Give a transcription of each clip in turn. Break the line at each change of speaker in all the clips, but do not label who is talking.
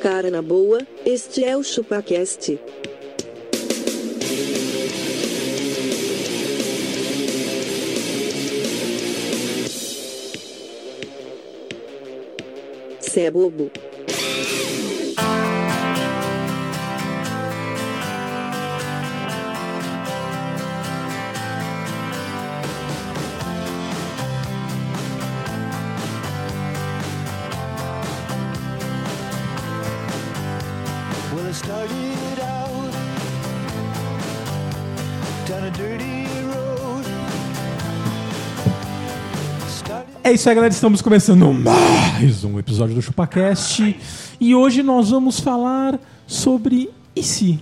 Cara na boa, este é o ChupaCast. Cê é bobo.
Well, it started out down a dirty road. Started
É isso aí, galera. Estamos começando mais um episódio do ChupaCast. E hoje nós vamos falar sobre e se?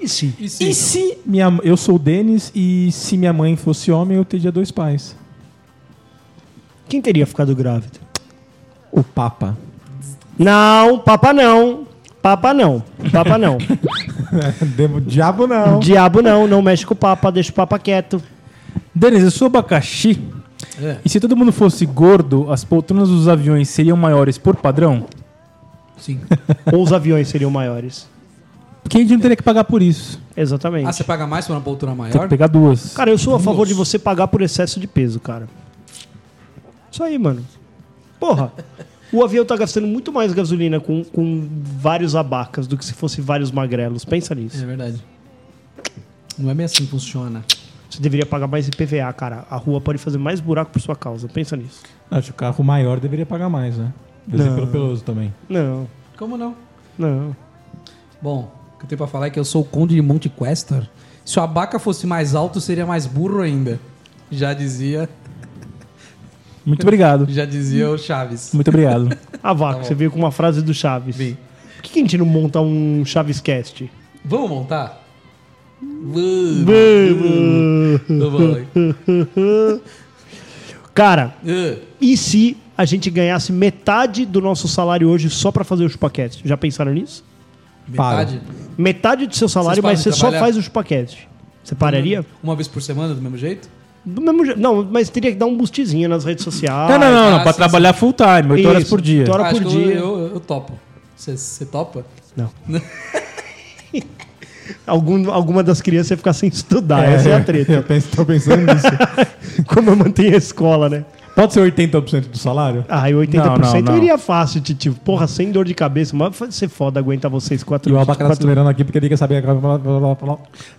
E sim.
E se, minha, eu sou o Denis e se minha mãe fosse homem, eu teria dois pais.
Quem teria ficado grávida?
O Papa.
Não, papa não. Papa não. Papa não.
Demo diabo não.
Diabo não, não mexe com o papa, deixa o papa quieto.
Denis, eu sou abacaxi.
É.
E se todo mundo fosse gordo, as poltronas dos aviões seriam maiores por padrão?
Sim.
Ou os aviões seriam maiores.
Porque a gente não teria que pagar por
É
isso.
Exatamente.
Ah, você paga mais por uma poltrona
Tem que
maior?
pegar duas.
Cara, eu sou a favor de você pagar por excesso de peso, cara. Isso aí, mano. Porra. O avião tá gastando muito mais gasolina com, com vários abacas do que se fosse vários magrelos. Pensa
É
nisso.
verdade. Não é bem assim que funciona.
Você deveria pagar mais IPVA, cara. A rua pode fazer mais buraco por sua causa. Pensa nisso.
Acho que o carro maior deveria pagar mais, né? Deve ser
Não.
pelo peloso também.
Não,
Como não?
não.
Bom, o que eu tenho pra falar é que eu sou o conde de Monte Questor. Se o abaca fosse mais alto, seria mais burro ainda. Já dizia,
Muito obrigado.
já dizia o Chaves.
Muito obrigado.
A vaca, você veio com uma frase do Chaves.
Vim.
Por que que a gente não monta um Chavescast?
Vamos montar? Vamos. Então vai.
Cara,
Ah,
e se a gente ganhasse metade do nosso salário hoje só pra fazer o chupacast? Já pensaram nisso?
Metade?
Metade do seu salário,
Vocês
mas você
param de
só
trabalhar?
faz o chupacast. Você pararia?
Uma vez por semana, do mesmo jeito?
Do mesmo jeito. Não, mas teria que dar um boostzinho nas redes sociais.
não, não, não, não.
ah,
Pra
sim,
trabalhar full time, 8 horas
Isso,
por dia.
oito horas- Hora
Acho
por
que eu-
dia.
Eu, eu topo. Você- Você topa?
Não. Algum, alguma das crianças ia ficar sem
Ah,
estudar. Essa é a
Eu
treta.
penso, tô pensando nisso.
Como eu mantenho a escola, né?
Pode ser 80% do salário?
Ah, e 80%
Não, não, não.
eu iria fácil, Titio. Porra, sem dor de cabeça. Mas vai ser foda aguentar vocês quatro
E o abaca tá
quatro-
acelerando aqui porque ele quer saber...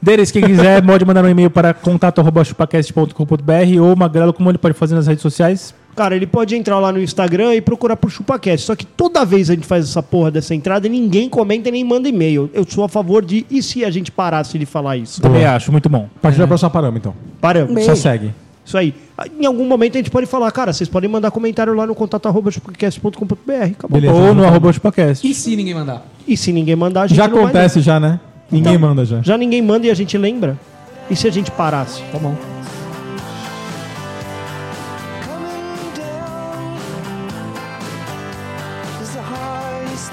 Denis, quem quiser, pode mandar um e-mail para contato.chupacast.com.br ou Magrelo, como ele pode fazer nas redes sociais.
Cara, ele pode entrar lá no Instagram e procurar por ChupaCast. Só que toda vez a gente faz essa porra dessa entrada e ninguém comenta e nem manda e-mail. Eu sou a favor de. E se a gente parasse de falar isso?
Também acho, muito bom. É.
A partir da próxima paramos, então.
Paramos.
Só segue.
Isso aí. Ah, Em algum momento a gente pode falar, cara, vocês podem mandar comentário lá no contato arroba chupacast.com.br. Acabou.
Beleza.
ou no arroba chupacast.
E se ninguém mandar?
E se ninguém mandar, a gente
Já
não vai ler.
acontece, já, né? Ninguém
Então.
manda já.
Já ninguém manda e a gente lembra? E se a gente parasse?
Tá bom.
coming down is the highest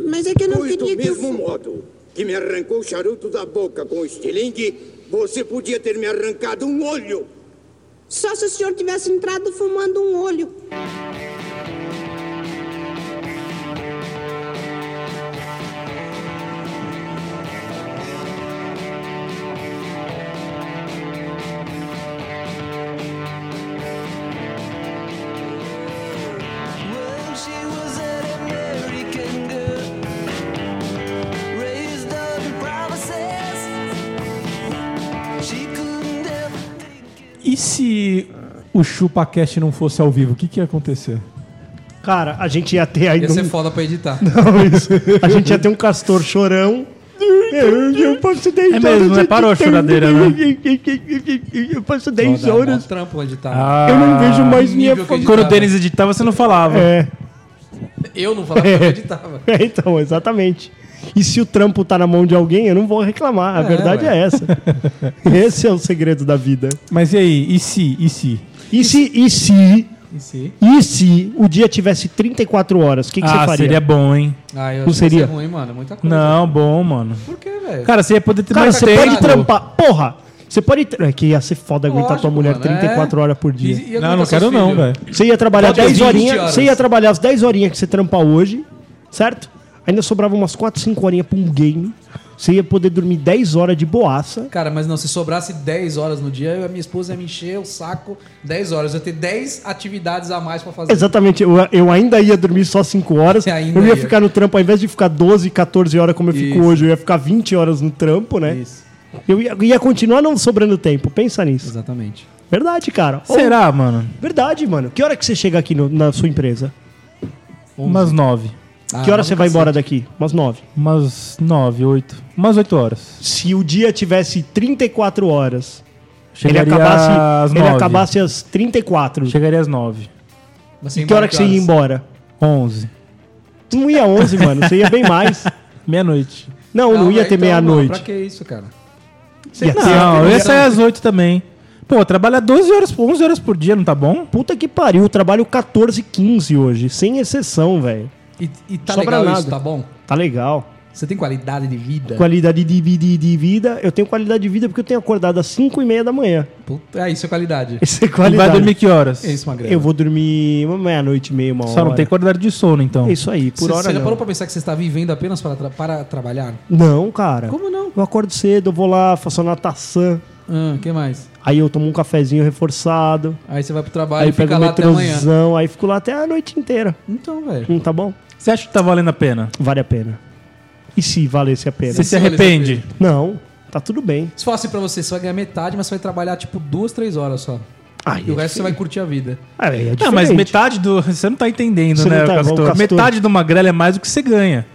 thing.
Mas é que eu não
Pois do
queria que eu
mesmo modo que me arrancou o charuto da boca com o estilingue, você podia ter me arrancado um olho.
Só se o senhor tivesse entrado fumando um olho.
Well, she was an American girl, raised up in promises. She couldn't ever think it.
E se o ChupaCast não fosse ao vivo, o que, que ia acontecer?
Cara, a gente ia ter ainda
Ia ser
um
foda pra editar.
A gente ia ter um castor chorão. Eu, eu passo 10
É mesmo, né? Parou a choradeira, né?
Eu passo 10
Dá mó
horas.
trampo pra editar.
Ah,
Eu não vejo mais minha
nível que
família.
Quando o Denis editava, você não falava.
É,
Eu não falava que eu editava.
então, exatamente. E se o trampo tá na mão de alguém, eu não vou reclamar. A verdade
ué.
é essa. Esse é o segredo da vida.
Mas e aí? E se? E se?
E se, e se,
E se?
e se o dia tivesse 34 horas, o que, que você
ah,
faria?
seria bom, hein?
Ah, eu
Não
acho que ia
seria?
ser ruim, mano. Muita coisa.
Não, bom, mano.
Por quê, velho?
Cara, você ia poder ter
Cara,
mais
você
tempo.
pode trampar. Porra! Você pode. É que ia ser foda aguentar
Lógico,
tua mulher
né?
mano,
34
é.
horas por dia.
E- e
Não, não
aguentar seus
quero não,
filhos?
velho.
Você ia trabalhar
Pode
10
20
horinhas.
horas.
Você ia trabalhar as 10 horinhas que você trampa hoje, certo? Ainda sobrava umas 4, 5 horinhas pra um game. Você ia poder dormir 10 horas de boaça.
Cara, mas não, se sobrasse 10 horas no dia, eu- a minha esposa ia me encher o saco 10 horas. Eu ia ter 10 atividades a mais pra fazer.
Exatamente, eu, eu ainda ia dormir só 5 horas.
Você ainda
eu ia,
ia.
ficar no trampo, ao invés de ficar 12, 14 horas como eu fico
Isso.
hoje, eu ia ficar 20 horas no trampo, né?
Isso.
Eu ia, ia continuar não sobrando tempo, pensa nisso.
Exatamente.
Verdade, cara. Ou-
Será, mano?
verdade, mano. Que hora que você chega aqui no- na sua empresa?
Umas nove.
que hora
Ah,
você vai embora daqui? Umas 9.
Umas nove, oito. Umas oito horas.
Se o dia tivesse 34 horas, ele
Chegaria às
acabasse, ele
nove.
acabasse às 34.
Chegaria às nove.
Mas
Que hora que você ia embora?
Onze.
Não ia 11, mano. Você ia bem mais.
Meia-noite.
Não, não, ia
velho,
ter
então, mano, Pra
meia-noite.
que isso, cara?
Ia ter-
Não, eu ia sair às oito também. Pô, trabalha 12 horas, por- 11 horas por dia, não tá bom?
Puta que pariu, eu trabalho 14, 15 hoje, sem exceção, velho.
E, e tá
Sobra
legal
nada.
isso, tá bom?
Tá legal.
Você tem qualidade de
É.
vida?
Qualidade de, vi- de- de vida, eu tenho qualidade de vida porque eu tenho acordado às 5 e meia da manhã.
Puta, é isso, é qualidade.
Isso é
E vai
qualidade.
dormir que horas?
É isso, Magrela.
Eu vou dormir uma meia-noite e meia, uma hora.
Só não tem qualidade de sono, então.
É Isso aí, por
Você-
hora
Você já
não.
parou pra pensar que você está vivendo apenas para, tra- para trabalhar?
Não, cara.
Como não?
Eu acordo cedo, eu vou lá, faço a natação,
Ah, que mais?
aí eu tomo um cafezinho reforçado,
Aí você vai pro
aí,
trabalho e
pego o
fica lá até amanhã.
metrôzão, aí fico lá até a noite inteira.
Então, velho.
Não tá bom?
Você acha que tá valendo a pena?
Vale a pena. E se valesse a pena?
Você se arrepende?
Não, tá tudo bem.
Se fosse pra você, você vai ganhar metade, mas você vai trabalhar tipo duas, três horas só.
Aí
Ah, E o
é
resto você vai curtir a vida.
Ah, é
Não, mas
diferente.
metade do. Você não tá entendendo,
Você
né,
não tá-
Castor?
Castor.
Metade do magrelo é mais do que você ganha.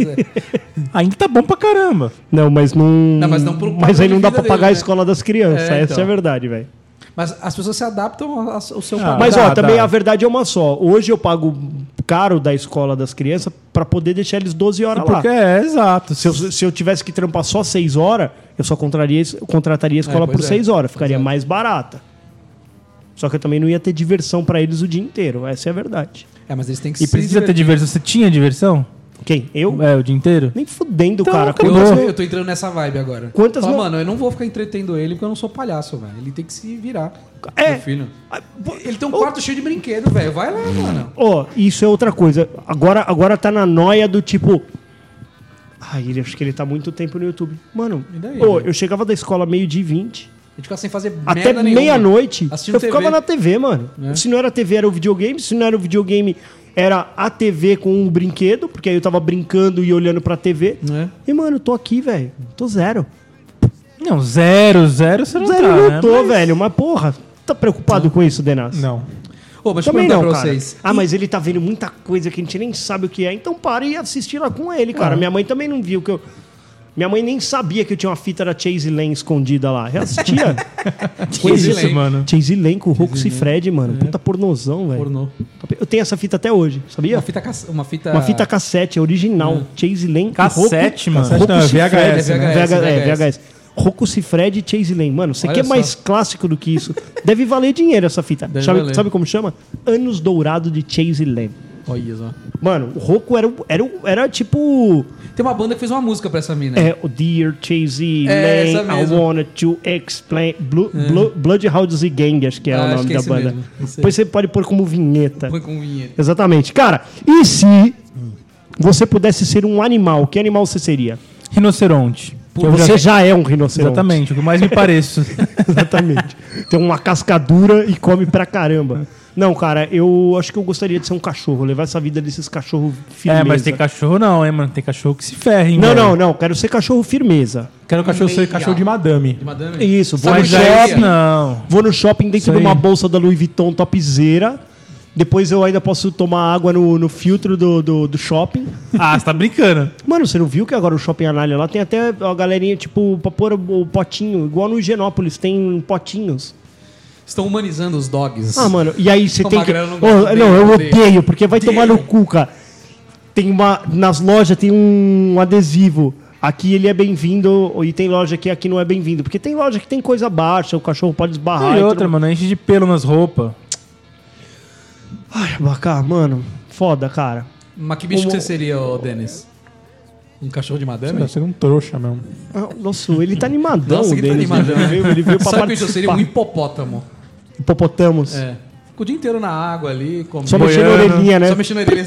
é.
Ainda tá bom pra caramba.
Não, mas não.
Não, mas não pro
Mas
padrão
aí não
de
dá
vida
pra pagar a
dele, né?
escola das crianças.
É,
Essa é
então.
a verdade, velho.
mas as pessoas se adaptam ao ao seu
Ah,
padrão.
Mas,
dá,
ó,
dá.
também a verdade é uma só. Hoje eu pago caro da escola das crianças pra poder deixar eles 12 horas lá.
Porque é, exato.
Se eu, se eu tivesse que trampar só 6 horas, eu só contraria, contrataria a escola
É, pois
por
é.
6 horas. Ficaria
Pois é.
mais barata. Só que eu também não ia ter diversão pra eles o dia inteiro. Essa é a verdade.
É, mas eles têm que
E precisa ter
divertir.
diversão. Você tinha diversão?
Quem? Eu?
É, o dia inteiro?
Nem fudendo,
Então,
cara.
acabou.
Quantas-
Eu, eu tô entrando nessa vibe agora.
Quantas
Fala,
não-
mano, eu não vou ficar entretendo ele porque eu não sou palhaço, velho. Ele tem que se virar.
É.
Meu filho.
Ah, pô,
Ele tem um quarto cheio de brinquedo, velho. Vai lá, mano.
Ó, isso é outra coisa. Agora, agora tá na noia do tipo. Ai, ele, acho que ele tá muito tempo no YouTube. Mano,
E daí,
ô,
né?
eu chegava da escola meio-dia e 20.
A gente fica sem fazer
Até
merda nenhuma.
meia-noite.
Assistindo
Eu ficava
TV.
na TV, mano.
É.
Se não era TV, era o videogame. Se não era o videogame, era a TV com um brinquedo. Porque aí eu tava brincando e olhando pra TV.
É.
E, mano, eu tô aqui, velho. Tô zero.
Não, zero, zero você não
zero
tá,
eu
né?
não tô, velho. Mas, porra, tá preocupado com isso, Denas?
Não.
Ô, mas deixa eu
Também
perguntar
não,
pra
cara.
vocês.
Ah, mas ele tá vendo muita coisa que a gente nem sabe o que é, então para e assistir lá com ele,
É.
cara. Minha mãe também não viu que eu. Minha mãe nem sabia que eu tinha uma fita da Chase Lane escondida lá. Eu assistia.
Que
Coisa
isso,
lenta.
mano?
Chase Lane com o Rox e Fred, mano. Puta pornozão, velho.
Pornô.
Eu tenho essa fita até hoje, sabia?
Uma
Uma
fita, caça- uma fita...
fita, cassete, é original. Chase Lane.
Cassete, mano.
Roco,
Cassete não, é
VHS,
VHS,
né?
VHS, É,
VHS.
VHS. Roco Cifred e Chase Lane. Mano, você
Olha
quer
só.
mais clássico do que isso? Deve valer dinheiro essa fita.
Deve
Sabe,
valer.
sabe como chama? Anos Dourado de Chase Lane.
Olha só.
Mano, o Roku era, o- era, o- era tipo.
Tem uma banda que fez uma música pra essa mina.
É, o Dear Chase
né? É, essa
Lane, I
mesmo. É.
Wanna to Explain. Blue, Blue, Bloodhounds e Gang, acho que é
Ah,
o
acho
nome
que é
da
esse
banda.
mesmo, esse aí.
Depois você pode pôr como vinheta.
Foi com vinheta.
Exatamente. Cara, e se você pudesse ser um animal? Que animal você seria?
Rinoceronte. Que eu
você
já-
já é um rinoceronte.
Exatamente, o que mais me pareço.
Exatamente. Tem uma cascadura e come pra caramba. Não, cara, eu acho que eu gostaria de ser um cachorro, levar essa vida desses cachorros firmeza.
é, mas tem cachorro não, hein, mano? Tem cachorro que se ferra, hein?
Não,
velho? um
não, não, quero ser cachorro firmeza.
Quero cachorro ser
Meia.
cachorro de madame.
De madame?
Isso, vou
Sabe
no
Mas
o que é?
já não.
Vou no shopping dentro
Isso
de uma
aí.
bolsa da Louis Vuitton topzera. Depois eu ainda posso tomar água no, no filtro do, do, do shopping.
Ah, você tá brincando.
Mano, você não viu que agora o shopping Anália lá tem até a galerinha, tipo, pra pôr o o potinho, igual no Higienópolis, tem potinhos.
Estão humanizando os dogs.
Ah, mano, e aí você
O
tem que.
Magrão não
Oh,
gosta dele,
não, eu
odeio.
odeio, porque vai tomar no
Odeio.
cu, cara. Tem uma. Nas lojas tem um adesivo. Aqui ele é bem-vindo, e tem loja que aqui não é bem-vindo. Porque tem loja que tem coisa baixa, o cachorro pode esbarrar.
e
tudo
outra, mano, enche de pelo nas roupas.
Ai, Abacá, mano, foda, cara.
Mas que bicho que você seria, ô Denis? Um cachorro de madame?
é
Tá sendo um trouxa mesmo.
Ah, Nossa, ele tá animadão.
Nossa, que tá
Denis,
animadão.
Ele veio, ele veio pra
Sabe que eu
participar.
seria um hipopótamo.
Hipopotamos.
É. Fica o dia inteiro na água ali, comendo.
Só mexendo a orelhinha, né?
Só mexendo a orelhinha.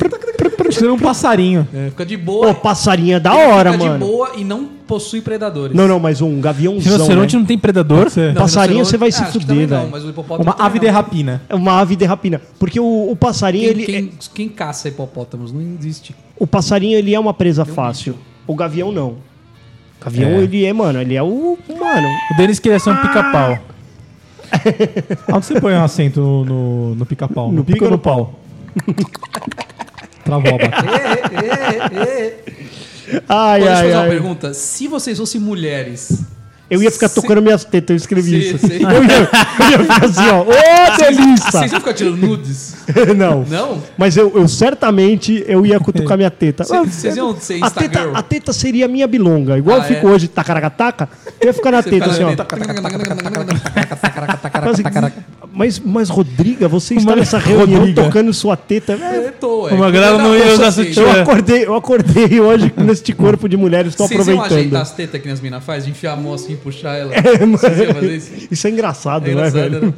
Sendo um passarinho.
É, Fica de
Pô,
boa.
passarinha da hora,
fica de
mano.
boa e não possui predadores. Tá
Não, não, mas um gaviãozão, né?
Rinoceronte não tem predador?
Não,
passarinho
rinoceronte-
você vai se
Ah, acho que
fuder,
também Não,
velho.
mas o hipopótamo
Uma
também
ave
não.
de rapina.
É uma ave de rapina. Porque o, o passarinho, ele,
Quem,
é,
quem, quem caça hipopótamos? Não existe.
o passarinho, ele é uma presa fácil. O gavião, não. O gavião,
É.
ele é, mano, ele é o... Mano,
O Denis queria ser um pica-pau.
Onde você põe um acento no, no, no pica-pau? No, pico ou no pau? Travou a batata.
ai,
Pô, deixa eu
ai,
fazer uma
ai.
pergunta. Se vocês fossem mulheres,
Eu ia ficar
Sim.
tocando minhas tetas, eu escrevi
Sim,
isso.
sim.
Eu, ia, eu ia ficar assim, ó. Ô,
vocês
delícia!
iam ficar tirando nudes?
não.
Não?
Mas eu, eu certamente eu ia cutucar minha teta.
Cê- vocês iam ser
a teta,
Instagram?
a teta seria a minha bilonga. Igual
Ah,
eu fico
é?
hoje, tacaracataca, eu ia ficar na
Você
teta
fica
assim, ó.
ali, taca, taca, taca, taca, taca, taca, taca, taca, taca,
Mas,
taca, taca.
mas, mas, Rodriga, você está nessa reunião
Rodriga.
tocando sua teta.
É,
É,
tô, é.
Uma grava não ia usar
Assim,
sutiã.
Eu acordei, eu acordei hoje neste corpo de mulheres, estou
Vocês iam ajeitar
aproveitando. É,
as tetas que as minas fazem, de enfiar a mão assim e puxar ela? Vocês iam fazer isso?
Isso é engraçado,
É
né,
engraçado,
velho?
né?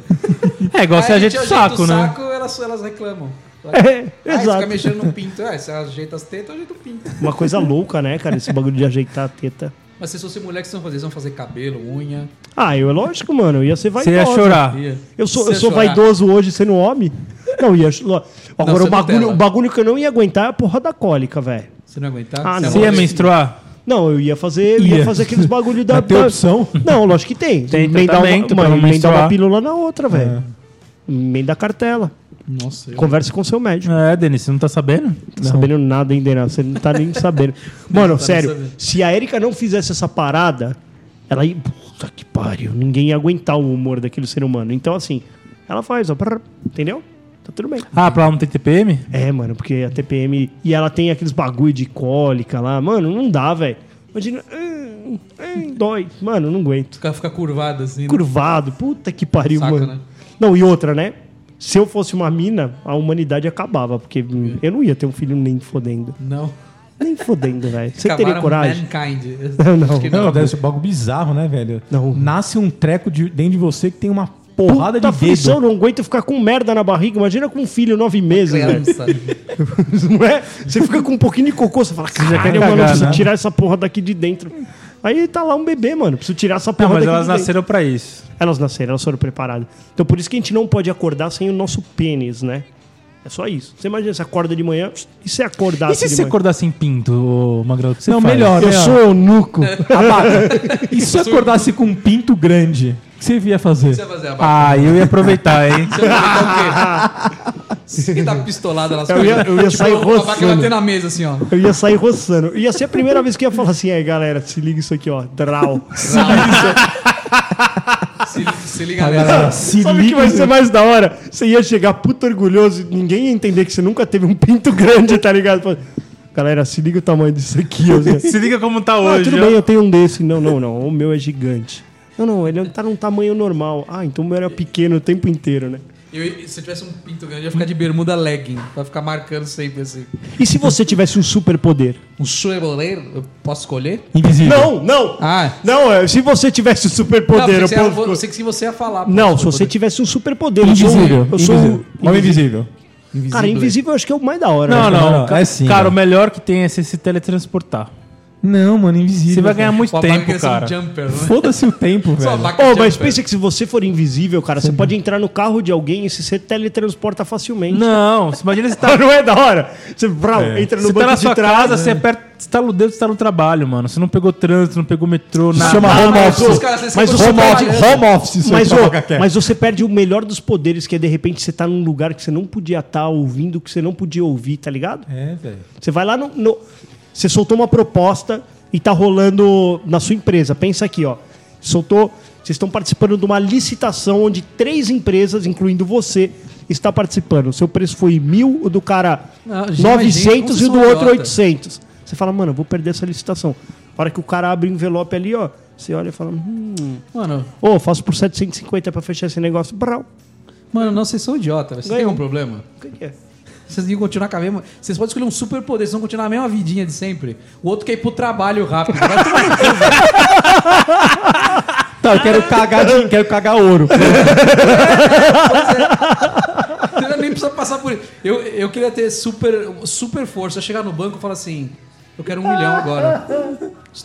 É igual você
Aí
ajeita o
gente ajeita
saco, né?
saco, elas, elas reclamam.
É,
Ah, você fica
exato.
mexendo no pinto. Ah, você ajeita as tetas, eu ajeito o pinto.
Uma coisa louca, né, cara? Esse bagulho de ajeitar a teta.
Mas se fosse mulher, o que vocês vão fazer? Vocês vão fazer cabelo, unha?
Ah, eu é lógico, mano. Eu ia ser
Você
vaidoso.
ia chorar.
Ia.
Eu sou,
Você
eu
ia
sou
chorar?
vaidoso hoje sendo homem? Não, ia. cho- Agora,
você
o,
não
bagulho,
tela.
o bagulho que eu não ia aguentar é a porra da cólica, velho.
Você não ia aguentar?
Ah, não.
Você
é
ia
louco?
menstruar?
Não, eu ia fazer, eu ia,
Ia.
fazer aqueles bagulho da.
Mas tem
da-
opção?
Não, lógico que tem.
Tem
emendar uma,
tratamento pra
mano,
não
emendar uma
menstruar.
pílula na outra, velho. Emenda a cartela.
Nossa, eu...
Converse com seu médico.
É, Denis, você não tá sabendo?
Não tá sabendo nada ainda, não. Você não tá nem sabendo. Mano, sério,
tá sabendo.
se a Erika não fizesse essa parada, ela ia. Puta que pariu. Ninguém ia aguentar o humor daquele ser humano. Então, assim, ela faz, ó. prrr, Entendeu? Tá tudo bem.
Ah, pra lá não tem TPM?
É, mano, porque a TPM. E ela tem aqueles bagulho de cólica lá. Mano, não dá, velho. Imagina. hum, hum, dói. Mano, não aguento.
Ficar, ficar curvado assim. né?
Curvado. Puta que pariu,
Saca,
mano.
né?
Não, e outra, né? Se eu fosse uma mina, a humanidade acabava. Porque hum, eu não ia ter um filho nem fodendo.
Não.
Nem fodendo, velho. Você
Acabaram
teria coragem?
Mankind.
Não, não.
Acho que
Não, deve ser um bagulho bizarro, né, velho?
Não.
Nasce um treco de- dentro de você que tem uma porrada
Puta
de
aflição,
dedo.
não aguento ficar com merda na barriga. Imagina com um filho nove meses, velho.
Criança.
né?
Não é? Você fica com um pouquinho de cocô, você fala,
já quer
caralho, mano,
cagar,
eu preciso
né?"
tirar essa porra daqui de dentro. Aí tá lá um bebê, mano. Preciso tirar essa porra
Não, mas
daqui
elas
de dentro.
nasceram pra isso.
Elas nasceram, elas foram preparadas. Então por isso que a gente não pode acordar sem o nosso pênis, né? É só isso. Você imagina, você acorda de manhã e se acordar assim
E se
de
você
manhã?
acordar sem pinto, ô, Magrão? o que você
Não,
faz?
melhor.
Eu
né?
sou eunuco.
Abaca. E se eu acordasse com um pinto grande? O que você ia fazer?
Você vai fazer a barba.
Ah, eu ia aproveitar, hein?
Você vai ficar o quê? Se é. você dá pistolada, elas
Eu ia-
ficam-
eu ia sair
a vaca
roçando.
bater na mesa assim, ó.
Eu ia sair roçando. Ia ser a primeira vez que eu ia falar assim, aí galera, se liga isso aqui, ó. Draw.
Se, se liga nessa.
Se
Sabe o que vai ser mais da hora? Você ia chegar puto orgulhoso, ninguém ia entender que você nunca teve um pinto grande, tá ligado? Fala, Galera, se liga o tamanho disso aqui. ó."
Se liga como tá
ah,
hoje.
tudo
ó.
bem, eu tenho um desse. Não, não, não. O meu é gigante. Não, não, ele tá num tamanho normal. Ah, então o meu era pequeno o tempo inteiro, né?
Eu- se eu tivesse um pinto grande, eu ia ficar de bermuda legging. Pra ficar marcando sempre assim.
E se você tivesse um superpoder?
Um chevrolet, eu posso escolher?
Invisível.
Não, não!
Ah.
Não, é, se você tivesse um
Não,
superpoder,
eu
eu
sei que você ia- eu
posso-
sei que você ia falar.
Não,
pô,
se você
poder.
tivesse um superpoder, eu sou-
Invisível.
Eu sou. um
um Invisível.
Homem invisível.
Cara, invisível eu acho que é o mais da hora.
Não,
né?
não,
não,
ca-
é sim,
cara,
velho.
o melhor que tem é você se teletransportar.
Não, mano, invisível.
Você vai ganhar muito
O Abaca
tempo,
queria ser
cara.
Um jumper, né?
Foda-se o tempo,
Só
velho.
Abaca
Ô, mas
jumper.
pensa que se você for invisível, cara, você pode entrar no carro de alguém e se você teletransporta facilmente.
Não, você imagina você tá,
Não, não é da hora? Você brau,
É.
entra no
você tá
banco
na
de
sua
trás. né?
casa, você aperta, você tá no dedo, você tá no trabalho, mano. Você não pegou trânsito, não pegou metrô, nada.
Chama
Ah,
home
mas os
office.
caras, eles
Mas
ficam
o
super
Roblox-
malhando.
Home office, seu
Mas, ô,
babaca quer.
mas você perde o melhor dos poderes, que é de repente você tá num lugar que você não podia estar ouvindo, que você não podia ouvir, tá ligado?
É, velho.
Você vai lá no, no- Você soltou uma proposta e tá rolando na sua empresa. Pensa aqui, ó. Soltou. Vocês estão participando de uma licitação onde três empresas, incluindo você, está participando. O seu preço foi mil, o do cara
Não, gente,
900
mas, gente,
e o do
como vocês são
outro
idiota.
800. Você fala, mano, eu vou perder essa licitação. A hora que o cara abre o envelope ali, ó, você olha e fala, hum,
Mano,
ô, faço por 750 pra fechar esse negócio. Brau.
mano, não, vocês são idiota. velho. Você tem
Ganhou.
algum problema?
O que que é?
Vocês iam continuar com a mesma. Vocês podem escolher um super poder, vocês vão continuar a mesma vidinha de sempre. O outro quer ir pro trabalho rápido. Vai tomar no cu, velho.
Tá, eu quero cagar, de- quero cagar ouro.
Você nem precisa passar por isso. Eu, eu queria ter super, super força. Eu chegar no banco e falar assim: eu quero um milhão agora.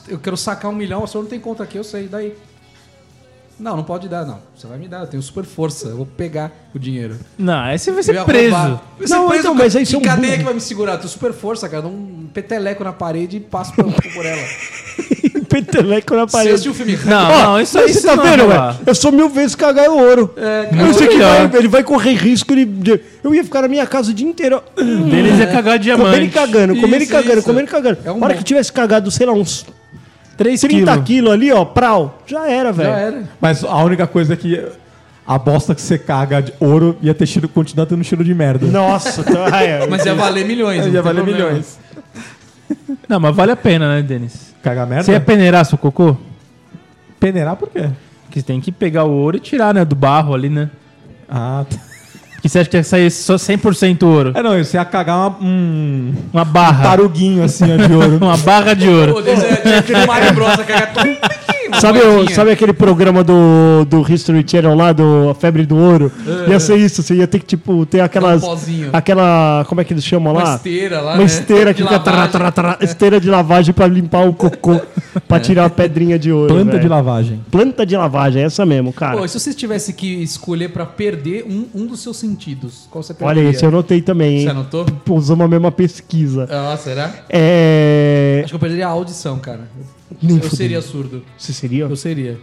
Eu quero sacar um milhão, o senhor não tem conta aqui, eu sei, daí. Não, não pode dar, não. Você vai me dar, eu tenho super força, eu vou pegar o dinheiro.
Não, aí você vai
Eu
ser
ia
preso.
roubar. Eu ia ser
Não,
preso,
então,
cara.
mas aí
Que
você é um
cadeia
burro.
que vai me segurar? Tenho super força, cara. Dou um peteleco na parede e passo por, por ela.
Peteleco na
Você
parede.
assistiu o filme
Não,
Ó,
não, isso aí
mas
você
você tá
não
vendo,
vai
velho? Eu sou mil vezes cagar o ouro.
É,
eu sei que ele
pior.
vai, ele vai correr risco. Ele, de- eu ia ficar na minha casa o dia inteiro. ó,
O deles é cagar
Comendo e
diamante.
cagando, comendo e
Isso,
cagando,
isso.
comendo e cagando.
É um
Na hora
bom.
que tivesse cagado, sei lá, uns
3
30
quilos.
quilos ali, ó, prau. Já era, velho.
Já era.
Mas a única coisa é que a bosta que você caga de ouro ia ter cheiro, continuar tendo cheiro de merda.
Nossa, tá, ah, é.
Mas ia valer milhões. não
ia
tem
valer
problema.
milhões.
Não, mas vale a pena, né, Denis?
Cagar merda?
Você ia peneirar seu cocô?
peneirar por quê?
Porque você tem que pegar o ouro e tirar, né, do barro ali, né?
Ah, tá.
Porque você acha que ia sair só 100% ouro.
É, não, você ia cagar uma- um
Uma barra.
taruguinho assim ó, de ouro.
Uma barra de ouro.
Pô, Deus, é tinha aquele Mario Bros. que era todo pequeno,
Sabe, o-
moedinha.
sabe aquele programa do, do History Channel lá, do A Febre do Ouro? Ia ser isso, você ia ter que, tipo, ter aquelas.
É. Um pozinho.
aquela. Como é que eles chamam
Uma
lá?
esteira lá,
Uma
né?
esteira que
De
fica. Tra,
lavagem.
tra, tra, esteira de lavagem pra limpar o cocô.
É.
Pra tirar a pedrinha de ouro.
Planta
velho.
de lavagem.
Planta de lavagem, é essa mesmo, cara.
Pô, e se você tivesse que escolher pra perder um, um dos seus sentidos, qual você
Olha,
perderia?
isso eu anotei também,
Você
hein?
anotou?
Pô, Usamos a mesma pesquisa.
Ah, será?
É.
Acho que eu perderia a audição, cara.
Nem
Eu
fudeu.
seria surdo.
Você seria?
Eu seria.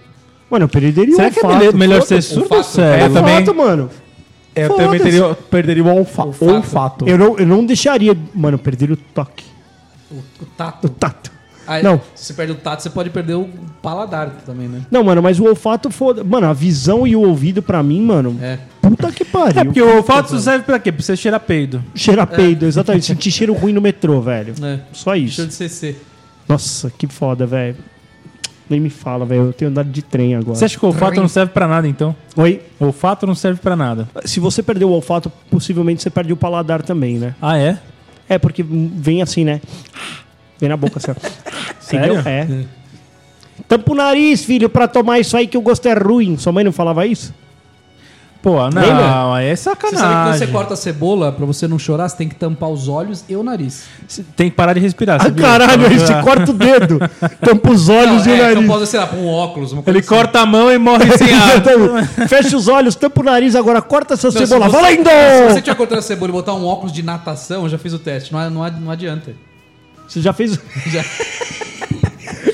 Mano, eu perderia
Será
o
que é
olfato.
mele- melhor
Foda-
ser surdo ou
olfato.
cego?
É,
olfato,
também-
mano.
Eu
um Foda-se.
também teria, perderia o olfa olfato.
Olfato.
Eu não, eu não deixaria. Mano, eu perderia o toque.
O, o
O
tato.
tato.
Aí,
Não.
Se você perde o tato, você pode perder o paladar também, né?
Não, mano, mas o olfato foda. Mano, a visão e o ouvido pra mim, mano.
É.
Puta que pariu.
É porque o olfato serve pra quê? Pra você cheirar peido.
Cheira peido, exatamente. Sentir cheiro ruim no metrô, velho.
É.
Só
Deixa
isso.
de CC.
Nossa, que foda, velho. Nem me fala, velho. Eu tenho andado de trem agora.
Você acha que o olfato não serve pra nada, então?
Oi?
O olfato não serve pra nada.
Se você perder o olfato, possivelmente você perde o paladar também, né?
Ah, é?
É, porque vem assim, né? Vem na boca, assim. ó.
Sério?
Entendeu? É. Tampa o nariz, filho, pra tomar isso aí que o gosto é ruim. Sua mãe não falava isso?
Pô, não,
Lembra?
aí é
Você sabe que quando
sacanagem.
você corta a cebola, pra você não chorar, você tem que tampar os olhos e o nariz.
Tem que parar de respirar.
Ah,
sabia?
caralho, aí você
Ah.
corta o dedo. Tampa os olhos e o
é,
nariz.
então pode, sei lá, pôr um óculos, uma coisa
Ele
assim.
corta a mão e morre sem ar.
Exatamente. Então, Fecha os olhos, tampa o nariz, agora corta essa
ah. Não, se
cebola.
você-
Valendo!
Se você tiver cortado a cebola e botar um óculos de natação, eu já fiz o teste. Não, a- não, a- não adianta.
Você já fez.
Já.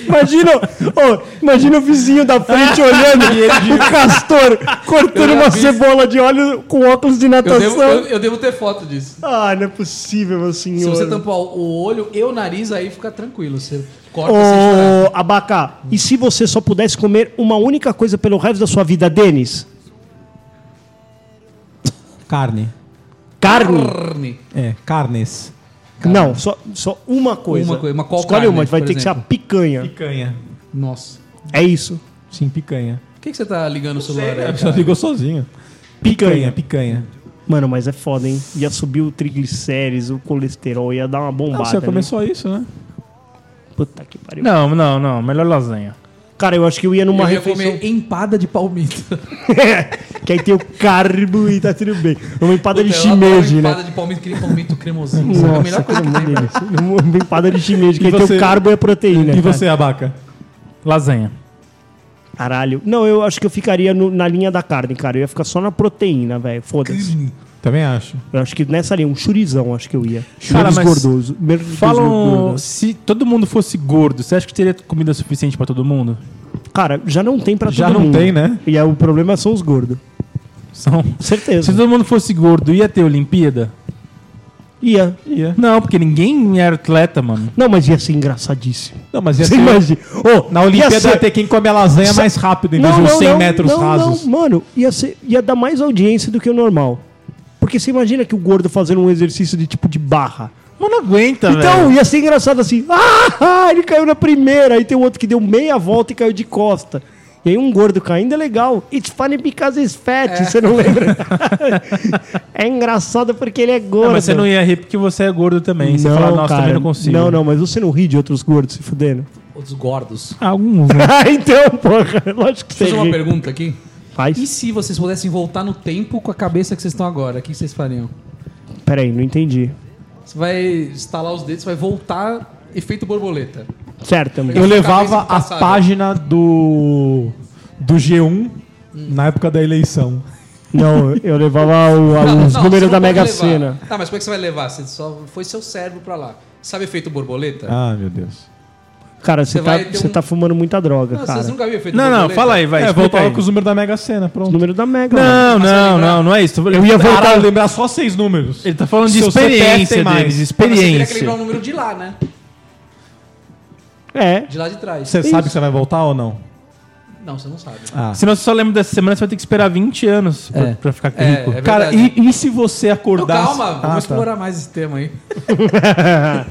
Imagina, ô, imagina o vizinho da frente olhando o castor cortando
Eu já
uma
fiz.
cebola de óleo com óculos de
Eu
natação.
devo, eu, eu devo ter foto disso.
Ah, não é possível, meu senhor.
Se você tampar o olho e o nariz, aí fica tranquilo. Você corta sem
Ô,
chorar.
Abacá, e se você só pudesse comer uma única coisa pelo resto da sua vida, Denis?
Carne.
Carne?
Carne.
É, carnes.
Não, só, só uma coisa.
Uma coisa, mas qual
Escolhe
carne,
uma, vai
por
ter que ser a
exemplo?
picanha.
Picanha.
Nossa.
É isso.
Sim, picanha.
Por que, que você tá ligando o celular aí?
A
cara?
pessoa ligou sozinho.
Picanha.
picanha.
Mano, mas é foda, hein? Ia subir o triglicérides, o colesterol, ia dar uma bombada.
Ah,
Não, você
né?
começou isso, né?
Puta que pariu.
Não, não, não. Melhor lasanha.
Cara, eu acho que eu ia numa
eu ia
refeição.
comer empada de palmito.
que aí tem o carbo e tá tudo bem. Uma empada de
Eu adoro
shimeji, né?
Empada de palmito, aquele palmito cremosinho. sabe? é a
Nossa,
melhor coisa
coisa
que
uma
tem.
delícia. Uma empada de shimeji, que
E
aí tem
você?
o carbo e a proteína.
E
cara.
você, Abaca?
Lasanha.
Caralho. Não, eu acho que eu ficaria no- na linha da carne, cara. Eu ia ficar só na proteína, velho. Foda-se.
Também acho.
Eu acho que nessa linha, um churizão, acho que eu ia.
Cara,
Menos
mas
gordoso. Menos
um-
Falam,
né?
gordoso.
se todo mundo fosse gordo, você acha que teria comida suficiente pra todo mundo?
Cara, já não tem pra
Já
todo
não
mundo.
tem, né?
E aí, o problema são os gordos.
São... Se
Certeza.
todo mundo fosse gordo, ia ter Olimpíada?
Ia.
Ia.
Não, porque ninguém era atleta, mano.
Não, mas ia ser engraçadíssimo.
Não, mas ia
Você
ser-
imagina? Ô,
Na
ia
Olimpíada
ser-
ia ter quem come a lasanha mais rápido, em vez de uns 100 metros
não,
rasos.
Não, mano, ia, ser- ia dar mais audiência do que o normal. Porque você imagina que o gordo fazendo um exercício de tipo de barra.
Mano, não aguenta,
Então,
velho.
ia ser ah, engraçado assim. Ah, ele caiu na primeira. Aí tem o outro que deu meia volta e caiu de costa. E aí um gordo caindo é legal. It's funny because it's fat, você não lembra? é engraçado porque ele é gordo.
Não, mas você não ia rir porque você é gordo também. Você fala, nossa, também não consigo.
Não, não, mas você não ri de outros gordos se fudendo.
Outros gordos.
Alguns, né?
Ah, então, porra, lógico que você
Deixa eu fazer uma
ri.
pergunta aqui. E
Faz.
se vocês pudessem voltar no tempo com a cabeça que vocês estão agora, o que vocês fariam?
Peraí, não entendi.
Você vai estalar os dedos, vai voltar efeito borboleta.
Certo, amigo.
Eu
Cabeça
levava a
passada.
página do, do G1 na época da eleição.
Não, eu levava o- a- Ah, os
Não, você
números
não
da
pode
Mega
levar.
Sena.
Tá, mas como é que você vai levar? Você só foi seu cérebro pra lá. Sabe efeito borboleta?
Ah, meu Deus.
Cara, você
Você
tá,
vai ter
você
um-
tá fumando muita droga,
não,
cara.
vocês nunca viram efeito
Não,
borboleta? Ah,
não, fala aí, vai.
é,
explica
voltava
aí.
com os números da Mega Sena,
Os
pronto.
números da Mega.
Não,
mano.
Mas você
não,
lembrar-
não, não é isso.
Eu ia
Cara,
voltar.
lembrar só seis números.
Ele tá falando de
Seu CPF tem
experiência
mais.
deles,
Mas Você teria que lembrar o
experiência.
número de lá, né?
É.
De lá de trás.
Você sabe que você vai voltar ou não?
Não, você não sabe.
Ah.
Senão você só lembra dessa semana, você vai ter que esperar 20 anos pra,
É.
pra ficar rico.
É, é verdade.
Cara, e, e se você
Não,
acordasse...
calma,
Ah,
vamos
tá.
explorar mais esse tema aí.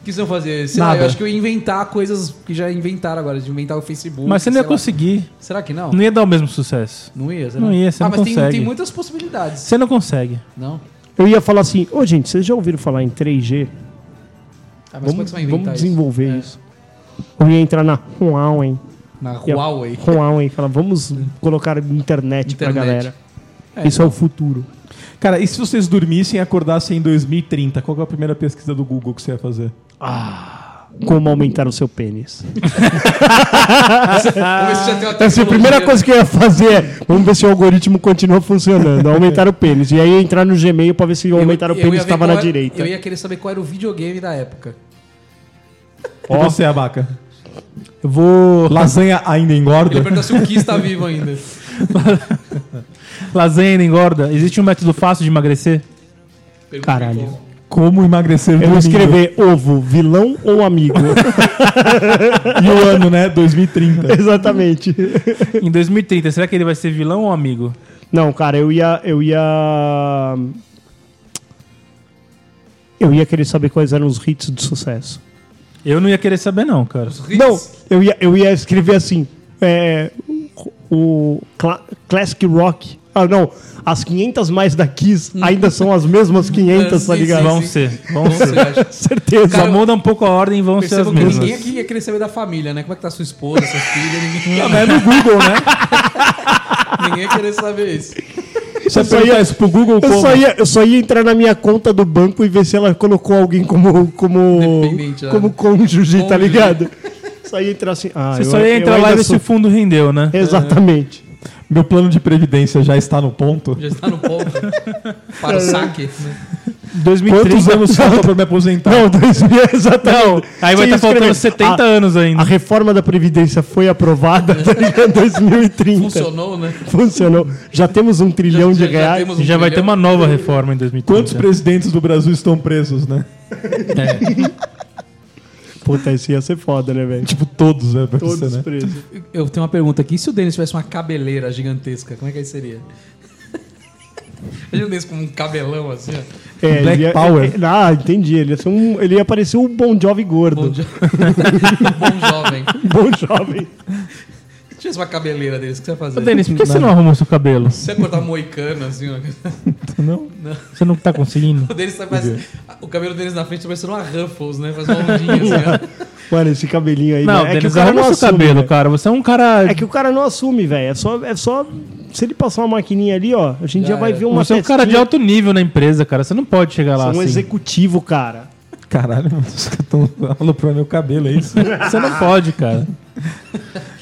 O que vocês vão fazer? Sei lá,
Nada.
eu acho que eu ia inventar coisas que já inventaram agora, de inventar o Facebook.
Mas você não ia
sei lá.
conseguir.
Será que não?
Não ia dar o mesmo sucesso.
Não ia, será?
Não ia, você
Ah,
não
mas tem-
consegue.
tem muitas possibilidades.
Você não consegue.
Não?
Eu ia falar assim, ô gente, vocês já ouviram falar em 3G?
Ah, mas como é
Vamos,
que você vai
vamos
inventar
desenvolver
É.
isso. Eu ia entrar na Huawei,
Na
ia-
Huawei.
Huawei e falar, vamos colocar internet, pra
Internet.
galera. isso é o futuro.
Cara, e se vocês dormissem e acordassem em 2030, qual que é a primeira pesquisa do Google que você ia fazer?
Como aumentar o seu pênis.
Vamos ver se já tem uma
Assim, a primeira
Então, tecnologia. né?
coisa que eu ia fazer é, vamos ver se o algoritmo continua funcionando, aumentar o pênis. E aí eu ia entrar no Gmail pra ver se
Eu-
aumentar o
eu ia
pênis
ver
estava
qual
na
era-
direita.
Eu ia querer saber qual era o videogame da época.
Ou você, Abaca?
Eu vou...
Lasanha ainda
Ele
engorda?
pergunta se o Ki
tá
está vivo ainda.
Lasanha ainda engorda. Existe um método fácil de emagrecer?
Pergunta
Caralho.
como.
Como emagrecer
Eu vou
dormindo?
escrever ovo, vilão ou amigo.
E o ano, né? 2030.
Exatamente.
Em 2030, será que ele vai ser vilão ou amigo?
Não, cara, eu ia. Eu ia. Eu ia querer saber quais eram os hits de sucesso.
Eu não ia querer saber, não, cara.
Os hits.
Não, eu ia, eu ia escrever assim. É, o cla- Classic Rock. Ah, não. As 500 mais da Kiss ainda são as mesmas 500, tá
Sim,
ligado?
Vão
sim.
ser, vão
Como você acha?
Certeza.
Só muda um pouco a ordem e vão ser as
Percebo que ninguém
mesmas.
aqui ia querer saber da família, né? Como é que tá sua esposa, sua filha, ninguém,
É no Google, né?
ninguém ia querer saber isso.
Você
Eu só
perguntar
ia-
isso pro Google
Eu
como?
só, ia, eu só ia entrar na minha conta do banco e ver se ela colocou alguém como como
Dependente, né?
como cônjuge, tá
Cônjuge.
ligado? Só ia entrar assim. Ah,
Você
eu-
só ia
eu
entrar lá e
ainda
ver se
sou-
o fundo rendeu, né?
Exatamente.
Meu plano de previdência já está no ponto?
Já está no ponto. Para o saque. né?
2030.
Quantos anos falta pra me aposentar?
Não, 2000, exatamente.
Aí vai
Você ia
estar faltando
escrever,
70
a,
Ah,
anos
A
ainda.
reforma da Previdência foi aprovada tá em 2030.
Funcionou, né?
Funcionou. Já temos um trilhão
já-
de
já
reais.
temos um
Já vai ter
trilhão.
uma nova reforma em 2030.
Quantos presidentes do Brasil estão presos, né?
um-
Puta, isso ia ser foda, né, velho?
Tipo, todos, né? pra
Todos
você, né?
presos.
Eu tenho uma pergunta aqui. E se o Denis tivesse uma cabeleira gigantesca, como é que aí seria? Imagina o Denis com um cabelão assim, ó.
É,
Black
ele ia-
Power.
é- ah, entendi. Ele ia, ser um, ele ia parecer um bom jovem gordo.
Bom, jo... Bom jovem.
Bom jovem.
Se tivesse uma cabeleira deles, o que você ia fazer?
Ô, Denis, por que você não arrumou seu cabelo?
Você ia cortar moicano assim, ó.
Você não tá conseguindo?
O, deles faz... o cabelo deles na frente tá parecendo uma Ruffles, né? Faz uma ondinha assim, ó.
Mano, esse cabelinho aí.
Não,
velho,
Denis,
é o cara
arruma seu
assume,
cabelo,
velho.
cara. Você é um cara.
É que o cara não assume, velho. É só, é só. Se ele passar uma maquininha ali, ó, a gente já,
Já
vai
é.
ver uma
você é um cara de
testinha.
alto nível na empresa, cara. Você não pode chegar lá
Você é um
assim.
executivo, cara.
Caralho, mano, os caras estão aloprando meu cabelo, é isso?
Você não pode, cara.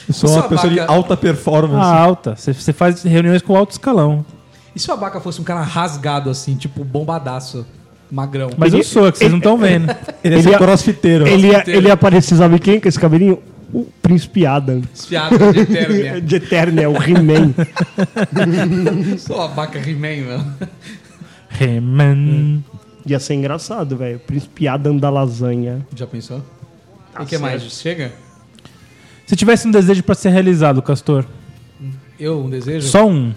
Eu sou
Sua
uma pessoa de
vaca.
alta performance.
Ah, alta. Você, você faz reuniões com alto escalão.
E se o Abaca fosse um cara rasgado assim, tipo bombadaço, magrão?
Mas eu sou, é que vocês não estão vendo.
ele é
ele
seu
é-
crossfiteiro.
Ele ia,
inteiro.
ele ia aparecer, sabe quem com esse cabelinho? O Príncipe Adam.
Esfiado de eterno. né?
De Eterno, é o He-Man.
Sou o Abaca He-Man, mano.
Reman.
Ia ser engraçado, velho. Príncipe Adam da lasanha.
Já pensou? o que mais? Chega?
Se tivesse um desejo pra ser realizado, Castor,
Eu, um desejo?
só um.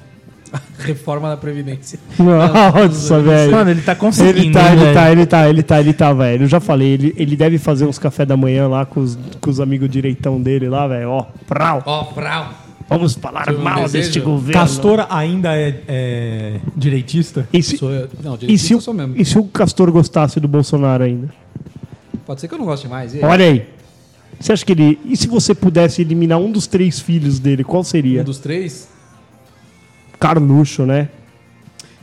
Reforma da Previdência.
É
Nossa, velho.
Mano, ele tá conseguindo.
Ele tá,
hein,
ele
velho?
tá, ele tá, ele tá, ele tá, velho. Eu já falei, ele, ele deve fazer uns café da manhã lá com os, com os amigos direitão dele lá, velho. Ó, prau.
Ó, prau.
Vamos falar
Foi um
mal
desejo?
deste governo.
Castora ainda é, é direitista?
E se,
Sou eu. Não,
e, se
direitista
o,
eu sou mesmo.
e se o Castor gostasse do Bolsonaro ainda?
Pode ser que eu não goste mais. E aí?
Olha aí. Você acha que ele. E se você pudesse eliminar um dos três filhos dele, qual seria?
Um dos três.
Carluxo, né?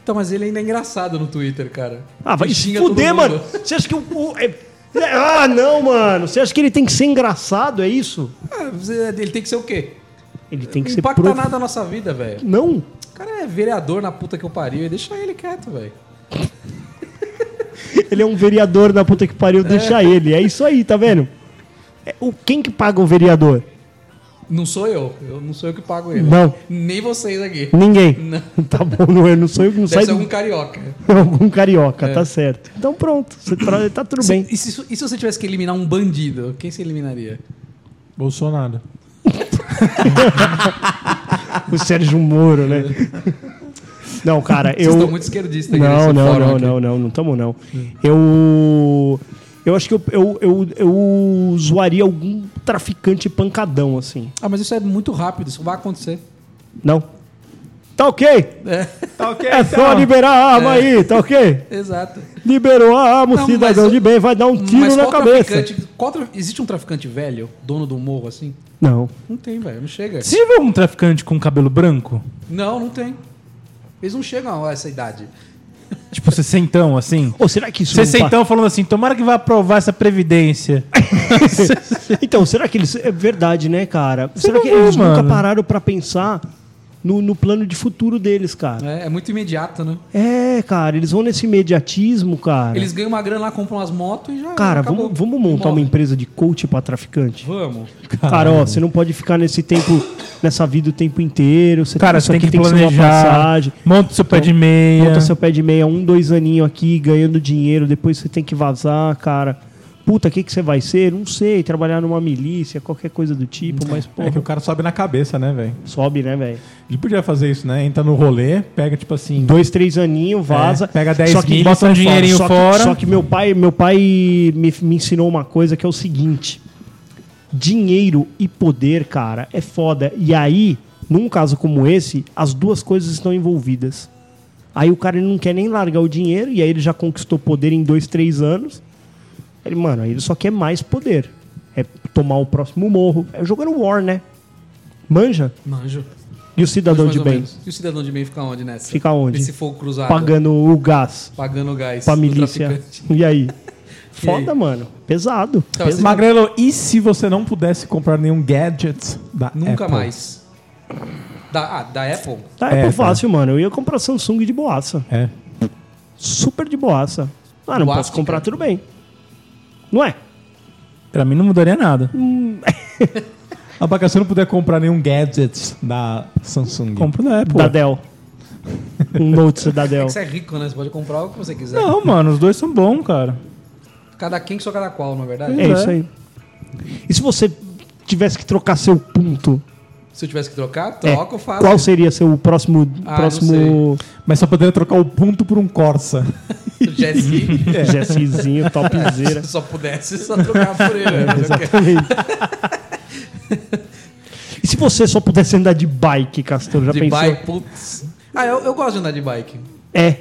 Então, mas ele ainda é engraçado no Twitter, cara.
Ah, vai
Ele
se
xinga todo
fuder,
mundo.
mano. Você acha que o. o- é- é- Ah, não, mano. Você acha que ele tem que ser engraçado, é isso?
Ah, você- Ele tem que ser o quê?
Ele tem que
Não
ser.
impacta
prof-
nada na nossa vida, velho.
Não.
O cara é vereador na puta que eu pariu. Deixa ele quieto, velho.
Ele é um vereador da puta que pariu, deixa ele. É isso aí, tá vendo? É, o, quem que paga o vereador?
Não sou eu. Eu não sou eu que pago ele.
Não.
Nem vocês aqui.
Ninguém.
Não.
Tá bom, não, eu não sou eu que não
Deve
sai
ser É. algum
do...
carioca.
algum carioca, tá certo. Então pronto, você tra- tá tudo bem.
Se- e, se, e se você tivesse que eliminar um bandido, quem se eliminaria?
Bolsonaro.
O Sérgio Moro, né? Não, cara, eu.
Vocês estão muito esquerdistas aqui
Não,
nesse
não,
fórum
não,
aqui. Hum.
não, não, não estamos não. Eu. Eu acho que eu, eu, eu, eu zoaria algum traficante pancadão, assim.
Ah, mas isso é muito rápido. Isso vai acontecer.
Não. Tá ok?
Tá ok,
É só liberar a arma aí, tá ok?
Exato.
Liberou a arma, o
É. Não,
cidadão
mas-
de bem vai dar um tiro na cabeça.
traficante- qual tra- Existe um traficante velho, dono do morro, assim?
Não.
Não tem, velho. Não chega.
Se tiver um traficante com cabelo branco,
Não, não tem. Eles não chegam a essa idade.
tipo 60 assim.
Ou será que isso não
60 falando assim, tomara que vá aprovar essa previdência.
Então, será que eles. É verdade, né, cara? será
não
que
viu,
eles nunca
mano.
pararam pra pensar no, no plano de futuro deles, cara?
É, é muito imediato, né?
É, cara, eles vão nesse imediatismo, cara.
Eles ganham uma grana lá, compram umas motos e já.
É. Cara,
acabou.
vamos, vamos montar uma
Imóvel.
empresa de coach pra traficante?
Vamos.
Cara, ó, você não pode ficar nesse tempo, nessa vida o tempo inteiro. Você
Cara,
isso
você tem
aqui
Então, que
ser uma
planejar. É.
passagem.
Monta Então, seu pé de meia.
Monta seu pé de meia, um, dois aninhos aqui, ganhando dinheiro, depois você tem que vazar, cara. Puta, o que, que você vai ser? Não sei, trabalhar numa milícia, qualquer coisa do tipo, mas, pô,
É que o cara sobe na cabeça, né, velho?
sobe, né, velho?
Ele podia fazer isso, né? Entra no rolê, pega tipo assim.
Dois, três aninhos, vaza.
É, pega 10
só que
mil,
bota
bota um dinheirinho
só que-
fora.
só que meu pai, meu pai me, me ensinou uma coisa que é o seguinte: dinheiro e poder, cara, é foda. E aí, num caso como esse, as duas coisas estão envolvidas. Aí o cara ele não quer nem largar o dinheiro, e aí ele já conquistou poder em dois, três anos. Ele, mano, aí ele só quer mais poder. É tomar o próximo morro. É jogando War, né? Manja?
Manjo.
E o cidadão
Mais
de
ou
bem?
menos. E o cidadão de bem fica onde nessa?
Fica onde?
Nesse fogo cruzado.
Pagando o gás.
Pagando o gás.
pra
do
milícia. É
traficante.
E aí?
E aí?
Foda, mano. Pesado.
Então, você
Magrelo, e se você não pudesse comprar nenhum gadget da
nunca
Apple?
mais. Da, ah, da Apple?
Tá, é,
É,
pô,
tá.
fácil, mano. Eu ia comprar Samsung de boaça.
É.
Super de boaça. Ah, não
Boaça,
posso comprar,
cara.
tudo bem. Não é?
Pra mim não mudaria nada.
Abaca, se eu não puder comprar nenhum gadget da Samsung.
Compro da Apple.
Da Dell. Um Note da Dell.
Você é rico, né? Você pode comprar o que você quiser.
Não, mano, os dois são bons, cara.
Cada quem que só cada qual, na verdade.
É isso aí. E se você tivesse que trocar seu ponto?
Se eu tivesse que trocar, troca ou faço.
É. Qual seria seu próximo.
Ah,
próximo
Mas só poderia trocar o ponto por um Corsa.
O jet ski,
É.
É.
GSzinho, topzera.
se só pudesse, só trocava por ele. né? Mas eu quero-
Exatamente. e se você só pudesse andar de bike, Castor? Já
de
pensou?
bike, putz. Ah, eu, eu gosto de andar de bike.
É.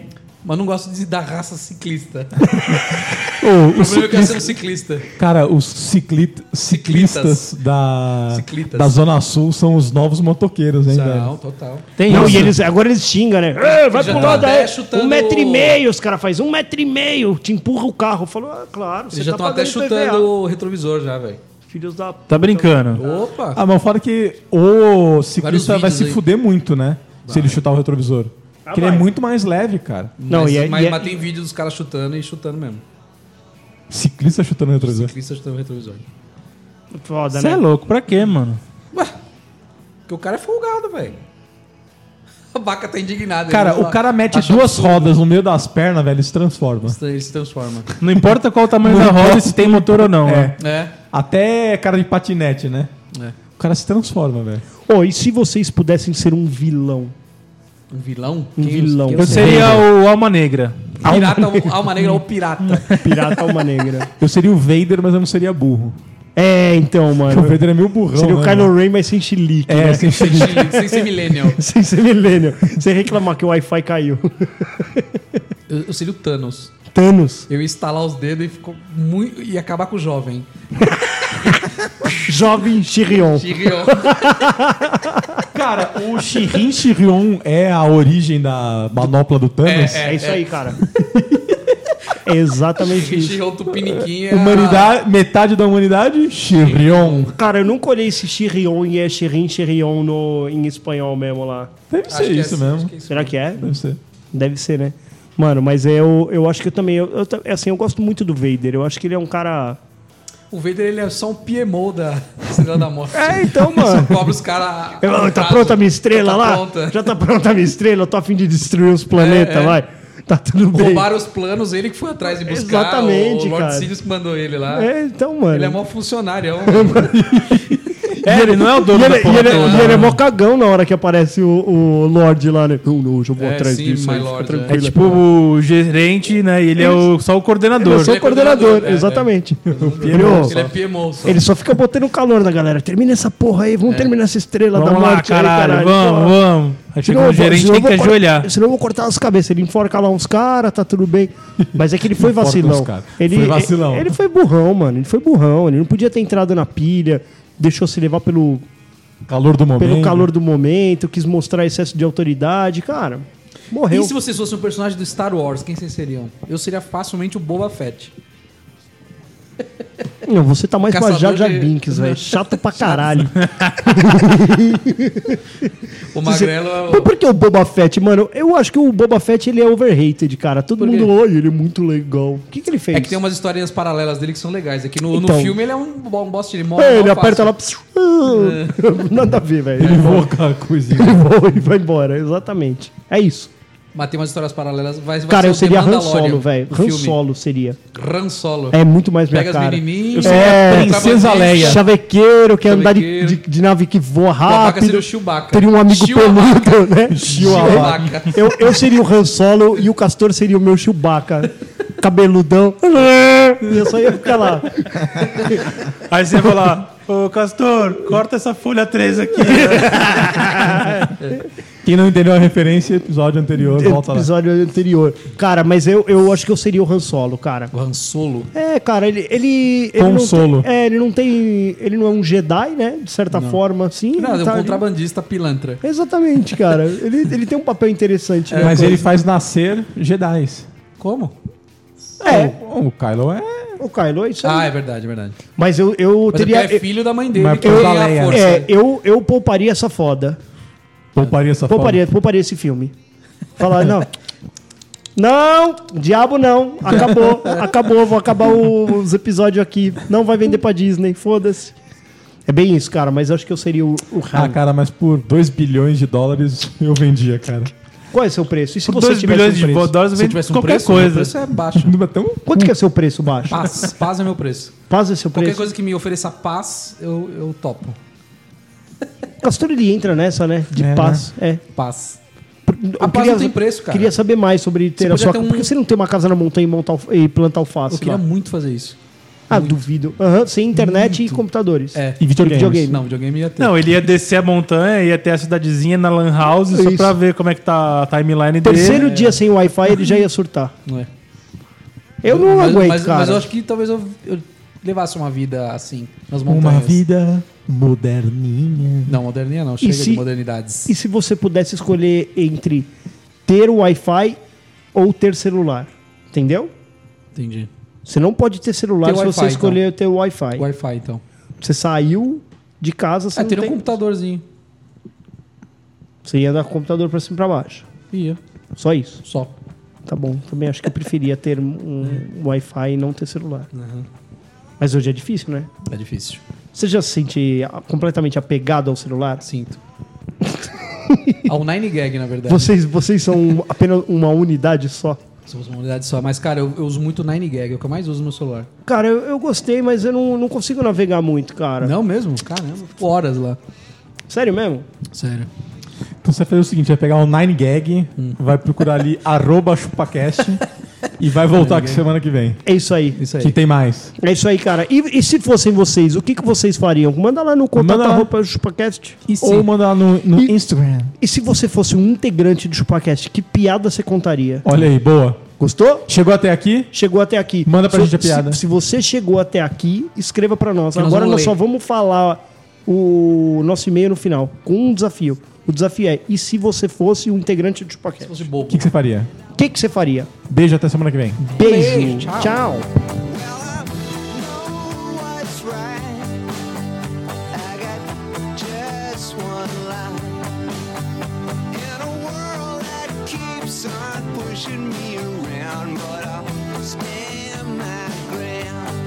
Mas não gosto de, da raça ciclista.
Ô,
O problema é que eu sou um ciclista.
Cara, os ciclit-
Ciclitas.
ciclistas,
Ah,
da,
Ciclitas.
da Zona Sul são os novos motoqueiros, hein,
Não,
velho?
total.
Tem
Não,
isso.
e eles, agora eles xingam, né? Ei, vai
já
pro
tá
lado
até
aí.
chutando-
Um metro e meio, os caras fazem. Um metro e meio. Te empurra o carro. Falou, ah, claro. você
Eles já
tá
estão até
pagando IPVA.
chutando o retrovisor já, velho.
Filhos da... p-
Tá brincando.
Opa!
Ah, mas fora que o ciclista
Vários
vai
vídeos
se
aí.
fuder muito, né? Se ele chutar o retrovisor. Porque ele é
vai.
muito mais leve, cara.
Não,
mas,
e é...
mas,
e é-
mas tem vídeo dos caras chutando e chutando mesmo.
Ciclista chutando o retrovisor.
Ciclista chutando o retrovisor.
Foda,
Você
né?
é louco, pra quê, mano?
Porque o cara é folgado, velho. A vaca tá indignada.
Cara,
ele Tá
o
fala-
cara mete
acha
duas rodas no meio das pernas, velho, e se transforma.
absurdo, Ele se transforma.
Não importa qual o tamanho da roda, se tem motor ou não. né?
É.
É.
Até cara de patinete, né?
É.
O cara se transforma, velho.
Ô, e se vocês pudessem ser um vilão?
Um vilão?
Um
Quem-
vilão.
quem é
Eu seria o Alma Negra.
Pirata, alma negra ou pirata.
Pirata Alma Negra.
Eu seria o Vader, mas eu não seria burro.
É, então,
O
mano.
Vader é meio burrão.
Seria o
né,
Kylo
mano?
Ren, mas sem chilique.
É,
né?
sem sentido.
Sem ser millennial.
Sem ser milênio. Sem reclamar que o Wi-Fi caiu.
Eu, eu seria o Thanos.
Thanos.
Eu ia estalar os dedos e ficou muito. e acabar com o jovem.
Jovem Chirion.
Chirion.
Cara, o Shirin Shirion é a origem da manopla do Thanos.
É isso aí, cara. É exatamente isso.
Chirion Tupiniquim é.
Humanidade, metade da humanidade, Shirion.
Cara, eu nunca olhei esse Chirion e é Chirin Chirion no, em espanhol mesmo lá.
Deve
Acho
ser
que é
isso
assim, acho
mesmo.
que é isso.
Será que é?
Deve ser.
Deve ser, né? Mano, mas eu, eu acho que eu também. Eu, eu ta- assim, eu gosto muito do Vader. Eu acho que ele é um cara.
O Vader ele é só um PMO da Estrela da Morte.
É, então,
Só
mano.
cobra os caras.
Eu, tá pronta a minha estrela
tá
lá?
pronta.
Já tá pronta a minha estrela? Eu tô a fim de destruir os planetas,
É, é.
vai. Tá tudo bem.
Roubaram os planos, ele que foi atrás de buscar.
Exatamente,
o Lord
cara.
Sidious que mandou ele lá.
É, então, mano.
Ele é mó funcionário. É um...
É, ele não é o
E
dono
ele,
da porra
e ele-
toda. né?
e
né?
ele é mó cagão na hora que aparece o, o Lorde lá, né? Não, não, eu já vou
É,
atrás
sim,
disso.
my
aí, fica
lord,
tranquilo.
É tipo o gerente, né? E ele é o, só o coordenador.
Eu sou
ele é
o coordenador,
coordenador, é,
exatamente. Ele, ó,
ele é PMO. Só.
ele só fica botando calor na galera. Termina essa porra aí, vamos terminar essa estrela da
Vamos lá,
morte aí,
caralho, vamos,
Porra.
vamos. Aí chega
eu
o
vou-
gerente
senão
tem
eu
que
vou cor-
ajoelhar.
Senão eu vou cortar as cabeças. Ele enforca lá uns caras, tá tudo bem. Mas é que ele foi
Enforca
vacilão.
uns caras.
Ele, é,
Foi vacilão.
Ele, ele foi burrão, mano. Ele foi burrão. Ele não podia ter entrado na pilha. Deixou se levar pelo,
Calor do momento.
pelo calor do momento. Quis mostrar excesso de autoridade. Cara, morreu.
E se vocês fossem um personagem do Star Wars, quem vocês seriam? Eu seria facilmente o Boba Fett.
Não, você tá mais pra
Caçador
Jar Jar
de-
Binks, velho. Chato pra caralho.
O Magrelo é
Mas
o...
por que o Boba Fett, mano? Eu acho que o Boba Fett, ele é overrated, cara. Todo
Por quê?
mundo, olha, ele é muito legal. O que, que ele fez?
É que tem umas historinhas paralelas dele que são legais. É que no, no
Então.
filme ele é um, bo- um boss, ele morre.
É, ele
mal
aperta
fácil. É.
lá... psiu, ah, Nada a ver, velho.
Ele invoca a coisinha.
Ele voa e vai embora, exatamente. É isso.
Mas tem umas histórias paralelas. Vai, vai
cara,
ser
eu
o The
seria Han
Mandalorian,
Solo, velho.
o
Han
filme.
Solo seria.
Han Solo.
É muito mais minha
Pega as
cara.
menininhas.
É,
Princesa Leia.
Chavequeiro, quer andar de,
Chavequeiro.
de, de nave que voa
Babaca seria
rápido.
o Chewbacca.
Ah, Teria um amigo
Chewbacca.
peludo, né?
Chewbacca.
Eu, eu seria o Han Solo e o Castor seria o meu Chewbacca. Cabeludão. E eu só ia ficar lá.
Aí você vai lá, ô Castor, corta essa folha 3 aqui.
Quem não entendeu a referência, episódio anterior, volta lá.
Episódio anterior. Cara, mas eu, eu acho que eu seria o Han Solo, cara.
O Han Solo.
É, cara, ele. ele, ele
Tom
não tem-
Solo.
é, ele não tem. Ele não é um Jedi, né? De certa forma, assim.
Não,
ele
é um
tá ali.
contrabandista pilantra.
Exatamente, cara. ele, ele tem um papel interessante. né?
Mas
Coisa.
ele faz nascer Jedis.
Como?
É,
O Kylo é.
o Kylo é isso
Ah,
aí.
é verdade, é verdade.
Mas eu, eu
Mas
teria.
é porque é filho da mãe dele,
Mas
que
por
tem
da Leia.
a força. né?
é, eu, eu pouparia essa foda.
Pouparia essa
Tá Pouparia, pouparia esse filme. Falar, não. Não, diabo não. Acabou, acabou. Vou acabar o- os episódios aqui. Não vai vender pra Disney, foda-se. É bem isso, cara, mas eu acho que eu seria o, o
Ah,
Han.
cara, mas por 2 bilhões de dólares eu vendia, cara.
Qual é seu preço? E se
Por
você
2
tivesse
bilhões
um
de
preço?
dólares,
Se eu
vende
tivesse um
qualquer
preço, meu
coisa.
preço é baixo.
Não é
um
tão-
Quanto que é seu preço baixo?
Paz. Paz é meu preço.
Faz esse seu
Qualquer
preço.
coisa que me ofereça paz, eu, eu topo.
Castor ele entra nessa, né? De
É, né?
paz. É.
Paz.
Por-
A
eu
paz não tem preço, cara.
Queria saber mais sobre ter
Você
a
podia
sua
ter
casa.
um-
Por que você não tem uma casa na montanha e, montar, alf- e plantar alface?
Eu queria
lá?
muito fazer isso.
Ah, duvido. Aham, sem internet e computadores.
É.
E videogames.
Videogame.
Não, videogame ia ter.
Não, ele ia descer a montanha, ia até a cidadezinha na Lan House só
Isso.
pra ver como é que tá a timeline dele. É,
É.
Terceiro dia sem Wi-Fi, ele já ia surtar.
Não é.
Eu não
mas,
aguento,
mas,
cara.
Mas eu acho que talvez eu, eu levasse uma vida assim, nas montanhas.
Uma vida moderninha.
Não, moderninha não. Chega
se-
de modernidades.
E se você pudesse escolher entre ter o Wi-Fi ou ter celular? Entendeu?
Entendi.
Você não pode ter celular
Ter
se
Wi-Fi,
você
então.
escolher ter o Wi-Fi.
Wi-Fi, então.
Você saiu de casa, você
Ah,
não
teria um
tem-
computadorzinho.
Você ia dar com o computador pra cima e pra baixo.
Ia,
Só isso.
só.
Tá bom. Também acho que eu preferia ter um
É.
um Wi-Fi e não ter celular. Mas hoje é difícil, né?
É difícil.
Você já se sente ah, completamente apegado ao celular?
Sinto. Ao Nine Gag, na verdade.
Vocês, vocês são apenas uma unidade só?
Somos uma unidade só. Mas, cara, eu, eu uso muito Nine Gag. É o que eu mais uso no meu celular.
Cara, eu, eu gostei, mas eu não, não consigo navegar muito, cara.
Não mesmo? Caramba. eu Fico horas lá.
Sério mesmo?
Sério.
um Hum.
Então você vai fazer o seguinte: vai pegar o 9gag, vai procurar ali arroba chupacast
E vai voltar aqui semana que vem.
É isso aí.
Isso
Que
aí.
tem mais.
É isso aí, cara. E, e se fossem vocês, o que, que vocês fariam? Manda lá no contato
Manda lá.
arroba chupacast.
Ou manda lá no, no Instagram.
E se você fosse um integrante do Chupacast, que piada você contaria?
Olha aí, boa.
Gostou?
Chegou até aqui?
Chegou até aqui.
Manda pra
Se-
gente a piada.
Se, se você chegou até aqui, escreva pra nós.
Que nós
Agora nós,
vamos
só
ler.
vamos falar o nosso e-mail no final, com um desafio. O desafio é, e se você fosse um integrante do Chupacast?
Fosse
O
bobo.
que, que você faria?
O que, que você faria?
Beijo, até semana que vem.
Beijo.
Beijo,
tchau.
tchau.
Well, I know what's right. I got just one life. In a world that keeps on pushing me around, but I'll stand my ground.